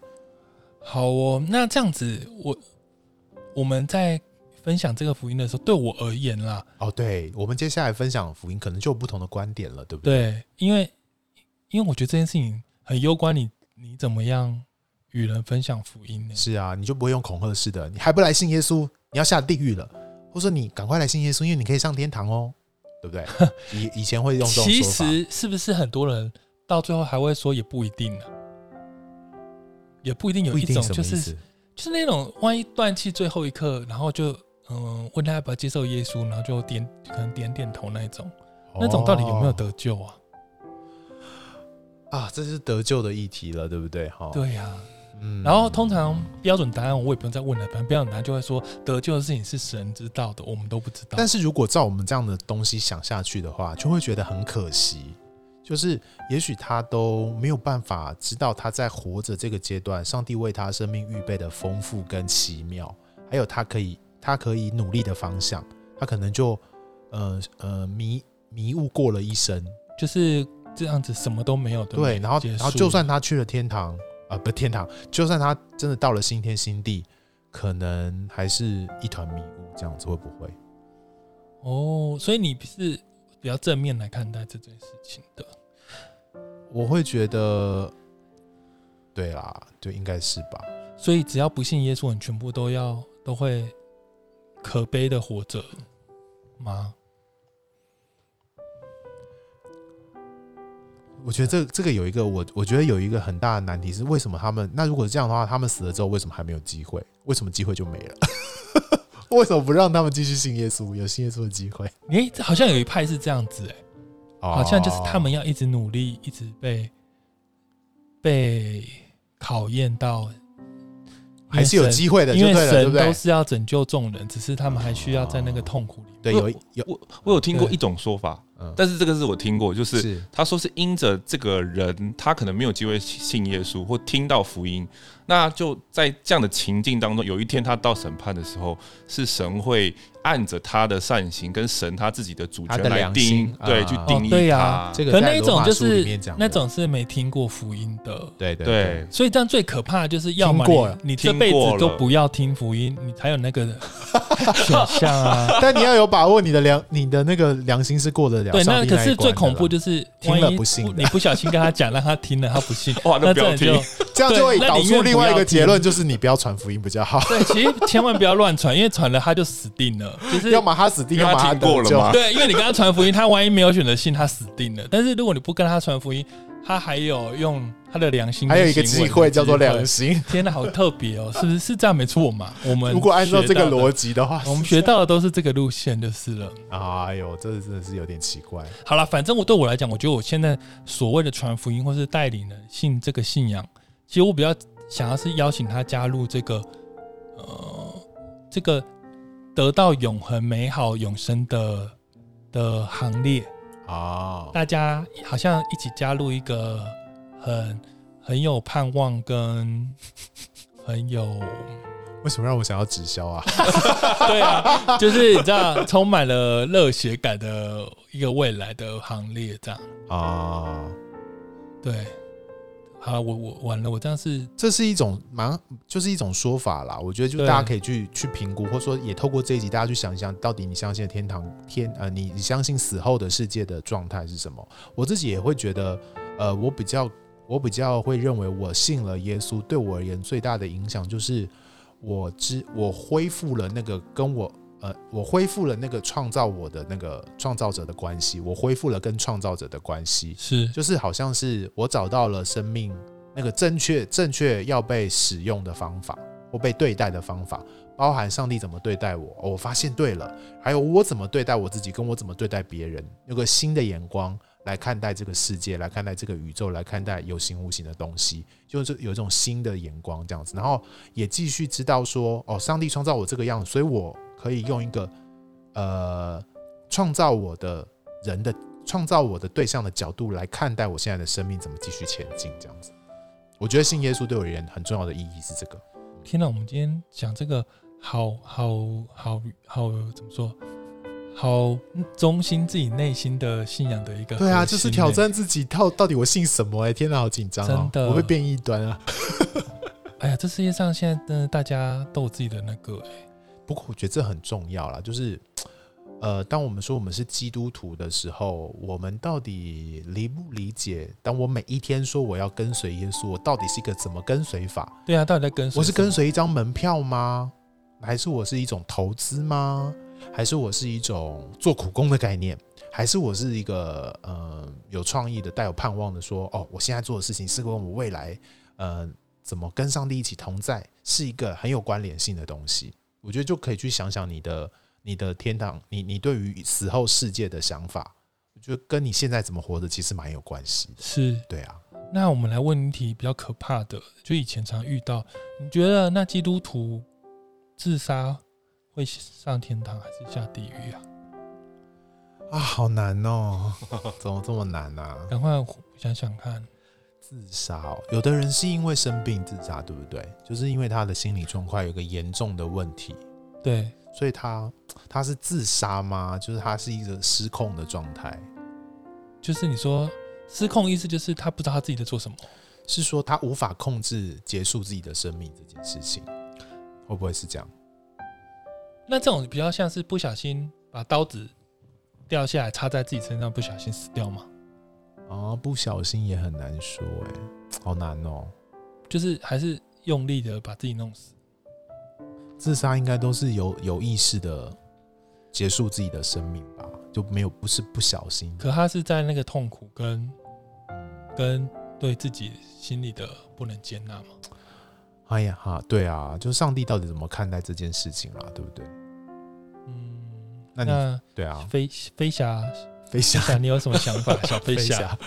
好哦，那这样子，我我们在分享这个福音的时候，对我而言啦，
哦，对，我们接下来分享福音，可能就有不同的观点了，对不对？
对，因为因为我觉得这件事情很攸关你你怎么样与人分享福音呢？
是啊，你就不会用恐吓式的，你还不来信耶稣，你要下地狱了，或者说你赶快来信耶稣，因为你可以上天堂哦，对不对？以以前会用这种
其
说法，
实是不是很多人到最后还会说也不一定呢、啊也不一定有
不一
一
定
种
什么
就
意
是
思。
就是那种万一断气最后一刻，然后就嗯问他要不要接受耶稣，然后就点可能点点头那一种，那种到底有没有
哦
得救啊？
啊？这是得救的议题了，对不对？哈，，
对呀、
哦
啊
嗯
然后通常标准答案我也不用再问了，反正标准答案就会说得救的事情是神知道的，我们都不知道。
但是如果照我们这样的东西想下去的话，就会觉得很可惜。就是也许他都没有办法知道他在活着这个阶段，上帝为他生命预备的丰富跟奇妙，还有他可以他可以努力的方向，他可能就呃呃迷迷雾过了一生，
就是这样子什么都没有，对不
对，
对？
然后
结束
然后就算他去了天堂啊、呃不天堂，就算他真的到了新天新地，可能还是一团迷雾，这样子会不会？
哦，所以你是比较正面来看待这件事情的。
我会觉得，对啦，就应该是吧。
所以只要不信耶稣，你全部都要都会可悲的活着吗？
我觉得
嗯
这这个有一个我我觉得有一个很大的难题是为什么他们那如果这样的话，他们死了之后为什么还没有机会？为什么机会就没了？ 为什么不让他们继续信耶稣，有信耶稣的机会？
诶、好像有一派是这样子、诶，
哦
好像就是他们要一直努力，一直被被考验到，
还是有机会的，就
因
对
为
了，对不
神都
对？
是要拯救众人，只是他们还需要在那个痛苦里面。
对，有有
我我有听过
对
一种说法，
嗯
但是这个是我听过，就是
是
他说是因着这个人，他可能没有机会信耶稣或听到福音，那就在这样的情境当中，有一天他到审判的时候，是神会按着他的善行跟神他自己的主
他
权
的
来
良
定
心，
对，
啊
去定义他。
哦对啊
这个
可
在
那一
罗
种
马
就
书里
是
面讲的
那种是没听过福音的，
对对
对，
所以这样最可怕的就是要么
听过了
你你这辈
听过了
子都不要听福音，你才有那 个选项啊。
但你要有把握，你的良你的那个良心是过得了。
对，
上
那
帝
可
一
是最
关的
恐怖
啦
就是
听
万
了
一
不信的
你不小心跟他讲，让他听了他不信，
哇那
那
不要
真的就
听
这样就会
对那
导
宁愿
出另
不
外一
要
个
听
结论，就是你不要传福音比较好。
对，其实千万不要乱传，因为传了他就死定了，就是
要么他死定，
因为
要
他
么他
听过
得
了
救
嘛
对，因为你跟他传福音，他万一没有选择信，他死定了。但是如果你不跟他传福音，他还有用他的良心跟
还
行为的机，
有一个机会叫做良心。
天哪，好特别哦，是不是是这样没错嘛？我们
如果按照这个逻
辑，
辑的话，
我们学到的都是这个路线就是了。
哎呦，这真的是有点奇怪。
好了，反正我对我来讲，我觉得我现在所谓的传福音或是带领人信这个信仰，其实我比较想要是邀请他加入这个，呃，这个得到永恒、美好、永生的的行列。
哦，
大家好像一起加入一个很很有盼望跟 很有
为什么让我想要直销啊？
对啊，就是你知道充满了热血感的一个未来的行列，这样
啊，
对。好，我我完了，我这样是
这是一种蛮，就是一种说法啦。我觉得就
对
大家可以去去评估，或者说也透过这一集，大家去想一想，到底你相信的天堂天呃，你你相信死后的世界的状态是什么？我自己也会觉得，呃，我比较我比较会认为，我信了耶稣，对我而言最大的影响就是我知我恢复了那个跟我。呃，我恢复了那个创造我的那个创造者的关系，我恢复了跟创造者的关系，
是
就是好像是我找到了生命那个正确、正确要被使用的方法或被对待的方法，包含上帝怎么对待我，哦我发现对了，还有我怎么对待我自己，跟我怎么对待别人，有个新的眼光来看待这个世界，来看待这个宇宙，来看待有形无形的东西，就是有一种新的眼光这样子。然后也继续知道说，哦，上帝创造我这个样子，所以我可以用一个呃创造我的人的创造我的对象的角度来看待我现在的生命怎么继续前进，这样子。我觉得信耶稣对我而言很重要的意义是这个。
天哪，我们今天讲这个好好好好怎么说？好中心自己内心的信仰的一个
对啊，
核心
就是挑
欸
战自己，到到底我信什么、哎，天哪，好紧张
真
哦！
的
我会变异端啊。
哎呀，这世界上现在真的大家都有自己的那个、哎
不过我觉得这很重要啦，就是，呃，当我们说我们是基督徒的时候，我们到底理不理解？当我每一天说我要跟随耶稣，我到底是一个怎么跟随法？
对啊，到底在跟随
我是
什么
跟随一张门票吗？还是我是一种投资吗？还是我是一种做苦工的概念？还是我是一个呃有创意的、带有盼望的说，哦，我现在做的事情是跟我未来呃怎么跟上帝一起同在，是一个很有关联性的东西。我觉得就可以去想想你的你的天堂，你你对于死后世界的想法，我觉得跟你现在怎么活着其实蛮有关系的。
是
对啊，
那我们来问一题比较可怕的，就以前常遇到，你觉得那基督徒自杀会上天堂还是下地狱啊？
啊，好难哦，怎么这么难啊？
赶快想想看，
自杀、哦，有的人是因为生病自杀，对不对？就是因为他的心理状况有个严重的问题，
对，
所以他他是自杀吗？就是他是一个失控的状态，
就是你说失控，意思就是他不知道他自己在做什么。
是说他无法控制结束自己的生命这件事情，会不会是这样？
那这种比较像是不小心把刀子掉下来插在自己身上，不小心死掉嘛？
啊、不小心也很难说、哎，好难哦。
就是还是用力的把自己弄死。
自杀应该都是有有意识的结束自己的生命吧，就没有不是不小心。
可他是在那个痛苦跟跟对自己心里的不能接纳嘛？
哎呀哈，对啊，就是上帝到底怎么看待这件事情啊啦，对不对？
嗯，
那你对啊，
飞飞侠，
飞
飞
侠，
侠，你有什么想 法？小飞侠
侠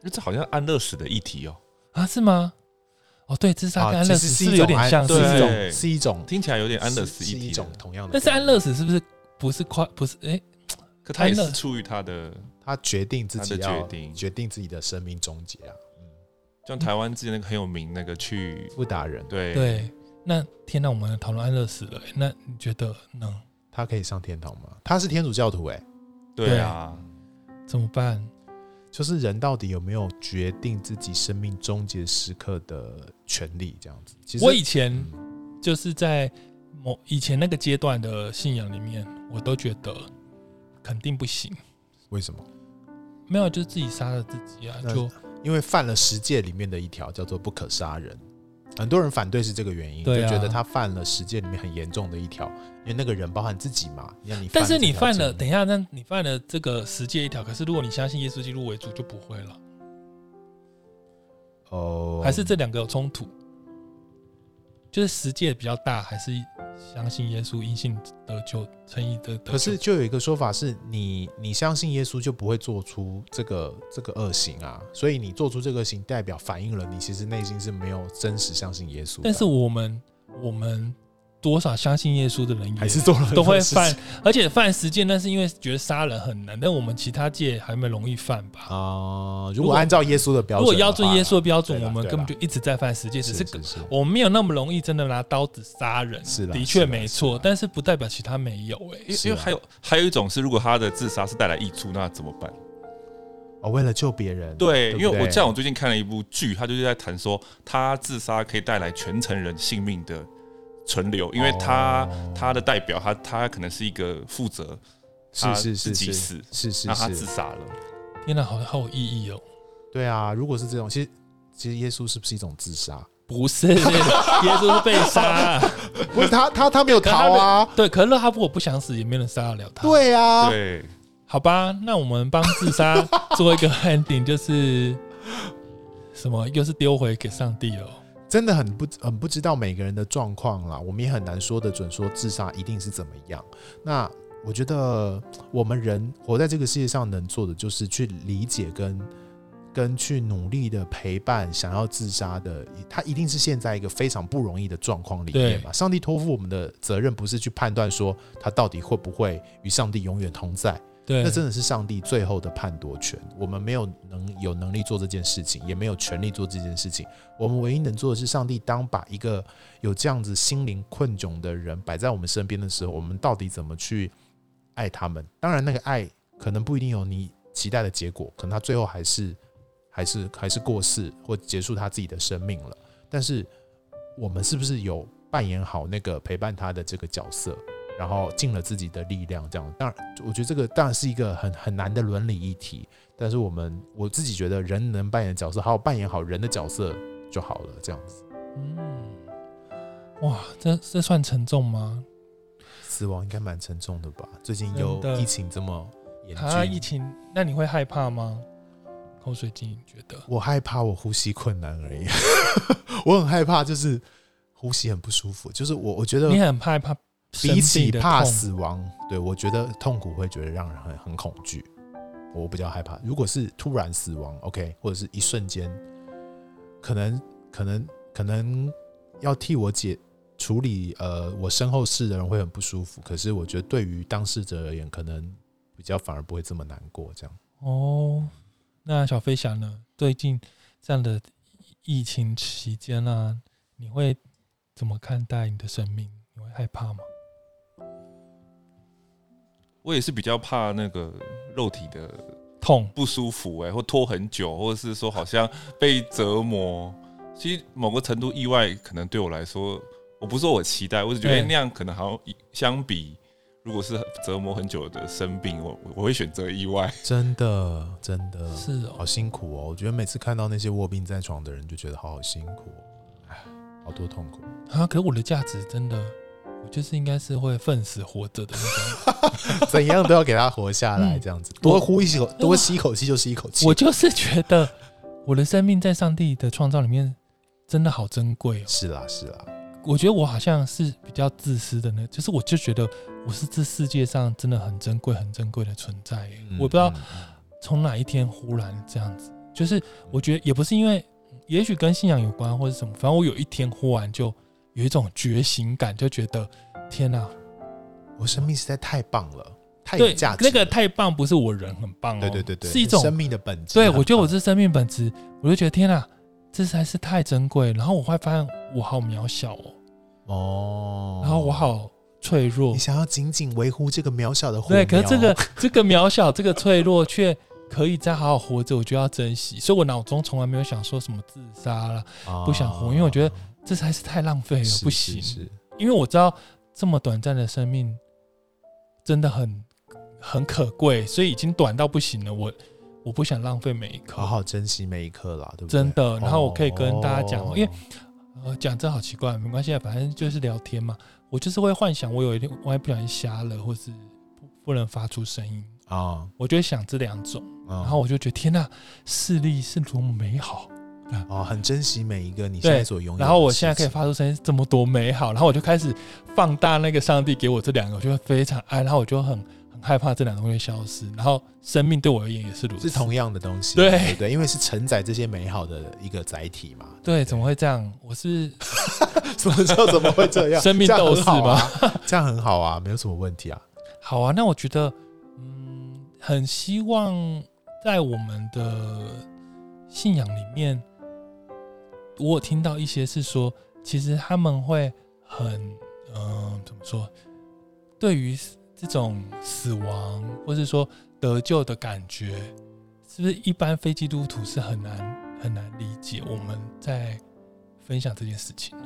因为这好像安乐死的议题哦，
啊，是吗？哦，对，自杀跟
啊，
安
其
乐
实
死
是
是不
一种
是有点像，
是
对
是不
一
是
种是一种
听起来有点安乐死
是
议
是
题
一
的
种同样的概念，
但是安乐死是不是不是快不是？哎，
可他也
安乐
是出于他的，
他决定自己
他的
要
决定
决定自己的生命终结啊，
像台湾之前那个很有名那个去，
富达人
对，
对，那天呐，我们讨论安乐死了，诶那你觉得嗯呢？
他可以上天堂吗？他是天主教徒哎、
对啊，
怎么办？
就是人到底有没有决定自己生命终结时刻的权利？这样子，其实
我以前
嗯
就是在某以前那个阶段的信仰里面，我都觉得肯定不行，
为什么？
没有就是自己杀了自己啊，
那
就
因为犯了十诫里面的一条叫做不可杀人，很多人反对是这个原因，
对啊
就觉得他犯了十诫里面很严重的一条，因为那个人包含自己嘛，你看你犯
但是
了这
你
条
犯
诫
了，
命
等一下，那你犯了这个十诫一条，可是如果你相信耶稣基督为主，就不会了。
哦，
还是这两个有冲突？就是实界比较大，还是相信耶稣因信得救，诚意得得救？
可是就有一个说法是你，你相信耶稣就不会做出这个这个恶行啊，所以你做出这个恶行，代表反映了你其实内心是没有真实相信耶稣的，
但是我们我们多少相信耶稣的人也
还是做了
都会
很多事情
犯，而且犯十件，那是因为觉得杀人很难，但我们其他戒还蛮容易犯吧。
啊、如
如
果
果
按照耶稣的标
如
准，
果要遵耶稣的标准，
对啦
我们
对
根本
啦
就一直在犯十戒，只
是
是
是是
我们没有那么容易真的拿刀子杀人，
是啦
的
是
确
啦
没
是
错
啦，
但是不代表其他没有哎、
因为
是啊
因为还有还有一种是，如果他的自杀是带来益处，那怎么办？
哦，为了救别人，
对，
不
因为我像我最近看了一部剧，他就是在谈说他自杀可以带来全城人性命的存留，因为他、
哦
他的代表，他他可能是一个负责，
是是
自
是
己
是
死
是是
那他自
是，
杀了。
天哪，好好有意义哦！
对啊，如果是这种，其实其实耶稣是不是一种自杀？
不是，耶稣是被 杀，
不是他他他没有
可
逃啊
他，对，可是勒哈布我不想死，也没人杀得了他。，
对啊，
对，
好吧，那我们帮自杀做一个 ending，就是什么，又是丢回给上帝了。
真的很不很不知道每个人的状况啦，我们也很难说得准，说自杀一定是怎么样。那我觉得我们人活在这个世界上能做的，就是去理解跟跟去努力的陪伴想要自杀的，他一定是现在一个非常不容易的状况里面嘛。上帝托付我们的责任，不是去判断说他到底会不会与上帝永远同在，
对，
那真的是上帝最后的判夺权，我们没有能有能力做这件事情，也没有权利做这件事情。我们唯一能做的是，上帝当把一个有这样子心灵困窘的人摆在我们身边的时候，我们到底怎么去爱他们？当然，那个爱可能不一定有你期待的结果，可能他最后还是还是还是过世或结束他自己的生命了。但是，我们是不是有扮演好那个陪伴他的这个角色？然后尽了自己的力量，这样。当然，我觉得这个当然是一个很很难的伦理议题，但是我们我自己觉得人能扮演的角色，还有扮演好人的角色就好了，这样子。
嗯，哇，这这算沉重吗？
死亡应该蛮沉重的吧？最近有
真的
疫情这么严
他疫
峻，
情，那你会害怕吗？口水精，你觉得？
我害怕我呼吸困难而已， 我很害怕就是呼吸很不舒服，就是我我觉得
你很害怕生
比
病
起
的
怕
痛
死亡，对我觉得痛苦会觉得让人很很恐惧，我比较害怕。如果是突然死亡，OK，或者是一瞬间，可能可能可能要替我解处理呃我身后事的人会很不舒服，可是我觉得对于当事者而言，可能比较反而不会这么难过。这样
哦。那小飞侠呢？最近这样的疫情期间啊，你会怎么看待你的生命？你会害怕吗？
我也是比较怕那个肉体的
痛，
不舒服、欸，哎，或拖很久，或者是说好像被折磨。其实某个程度意外，可能对我来说，我不是说我期待，我只觉得
对
欸那样可能好像相比，如果是折磨很久的生病，我我会选择意外。
真的真的
是哦
好，辛苦哦！我觉得每次看到那些卧病在床的人，就觉得好好辛苦、哦，哎，好多痛苦。
啊，可是我的价值真的，我就是应该是会奋死活着的那种，
怎样都要给他活下来，
嗯
这样子多呼一口，多吸一口气就是一口 气。
我就是觉得我的生命在上帝的创造里面真的好珍贵哦。
是啦是啦，
我觉得我好像是比较自私的呢，就是我就觉得我是这世界上真的很珍贵、很珍贵的存在耶。
嗯
我不知道
嗯
从哪一天忽然这样子，就是我觉得也不是因为，也许跟信仰有关或者什么，反正我有一天忽然就有一种觉醒感，就觉得天哪、
我生命实在太棒了，太有
对
价，值了。
那个太棒，不是我人很棒哦，
对对对对，
是一种
生命的本质。
对，我觉得我这生命本质，我就觉得天哪、这实在是太珍贵。然后我会发现我好渺小哦，
哦，
然后我，好脆弱
你，想要紧紧维护这个渺小的火苗
对，可是这个 这个渺小，这个脆弱，却可以再好好活着，我就要珍惜。所以我脑中从来没有想说什么自杀啦，
啊
不想活，因为我觉得这才是太浪费了，
是
不
是
行。
是
因为我知道这么短暂的生命真的很很可贵，所以已经短到不行了。我我不想浪费每一刻。
好好珍惜每一刻啦，对不对？
真的然后我可以跟大家讲
哦
因为呃，讲这好奇怪，没关系，啊，反正就是聊天嘛。我就是会幻想，我有一天万一不小心瞎了，或是不不能发出声音，
啊，
我就会想这两种。
然
然后我就觉得天呐，视力是多么美好，
哦，很珍惜每一个你现在
对
所拥有的事情。
然后我现在可以发出声音这么多美好，然后我就开始放大那个上帝给我这两个，我就会非常爱，然后我就很很害怕这两个会消失，然后生命对我而言也是如此。
是同样的东西，
对
不对，因为是承载这些美好的一个载体嘛。
对，怎么会这样？我是
什么叫怎么会这样？
生命斗士吗
这样很好啊？这样很好啊，没有什么问题啊。
好啊，那我觉得，嗯，很希望在我们的信仰里面，我有听到一些是说，其实他们会很，嗯、怎么说？对于这种死亡或是说得救的感觉，是不是一般非基督徒是很难很难理解？我们在分享这件事情呢，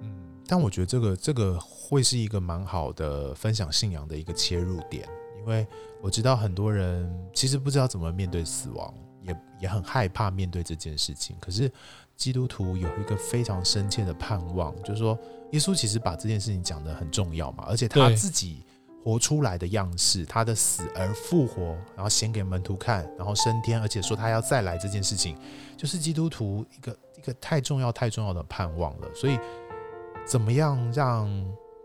嗯，但我觉得这个这个会是一个蛮好的分享信仰的一个切入点，因为我知道很多人其实不知道怎么面对死亡，也也很害怕面对这件事情。可是基督徒有一个非常深切的盼望，就是说耶稣其实把这件事情讲得很重要嘛，而且他
对
自己。活出来的样式，他的死而复活，然后显给门徒看，然后升天，而且说他要再来这件事情，就是基督徒一个一个太重要太重要的盼望了。所以怎么样让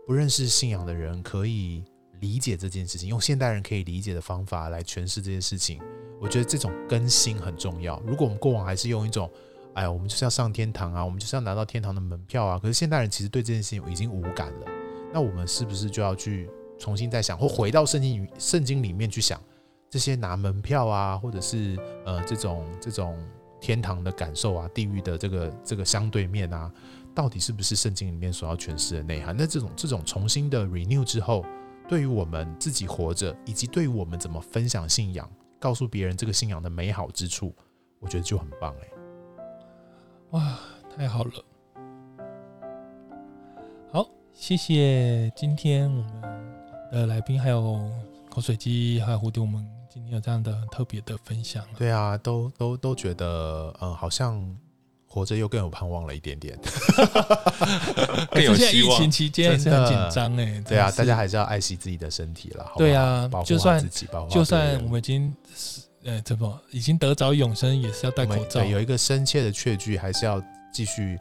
不认识信仰的人可以理解这件事情，用现代人可以理解的方法来诠释这件事情。我觉得这种更新很重要。如果我们过往还是用一种，哎呀，我们就是要上天堂啊，我们就是要拿到天堂的门票啊，可是现代人其实对这件事情已经无感了。那我们是不是就要去重新再想，或回到圣经里圣经里面去想这些拿门票啊，或者是呃这种这种天堂的感受啊，地狱的这个这个相对面啊，到底是不是圣经里面所要诠释的内涵？那这种这种重新的 renew 之后，对于我们自己活着，以及对于我们怎么分享信仰，告诉别人这个信仰的美好之处，我觉得就很棒哎、
哇，太好了！好，谢谢今天我们的来宾，还有口水鸡，还有蝴蝶，我们今天有这样的很特别的分 享啊。
对啊，都都都觉得，嗯，好像活着又更有盼望了一点 点。
更有
现在
希
疫
望
情。期间也是
真
很
的
紧张哎、真
对啊，
是
大家还是要爱惜自己的身体了，好不好
对啊
保护
就
好
算
自己，保护好
就
别
算
人
我们已经呃怎么已经得着永生，也是要戴
我
口
们
罩。
对有一个深切的确据，还是要继续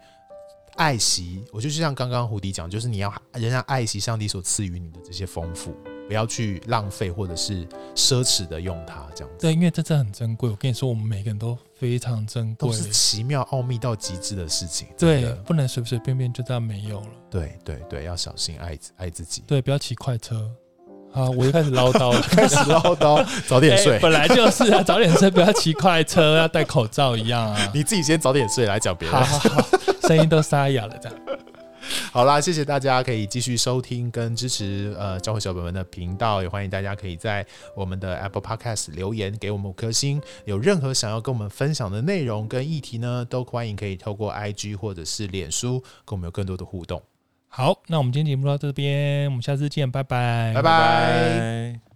爱惜。我就像刚刚胡迪讲，就是你要仍然爱惜上帝所赐予你的这些丰富，不要去浪费或者是奢侈的用它，这样子
对，因为这真的很珍贵。我跟你说，我们每个人都非常珍
都
贵，
是奇妙奥秘到极致的事情。
对
真的，
不能随随便便就这样没有了。
对对对，要小心爱自爱自己。
对，不要骑快车。好，我又开始唠叨了，
开始唠叨，早点睡
哎。本来就是啊， 早点睡，不要骑快车，要戴口罩一样 啊。
你自己先早点睡，来讲别
好
人。
好好，声音都沙哑了，这样。
好啦，谢谢大家可以继续收听跟支持呃教会小本本的频道，也欢迎大家可以在我们的 Apple Podcast 留言给我们五颗星。有任何想要跟我们分享的内容跟议题呢，都欢迎可以透过 IG 或者是脸书跟我们有更多的互动。
好，那我们今天节目到这边，我们下次见，拜拜，
拜拜
拜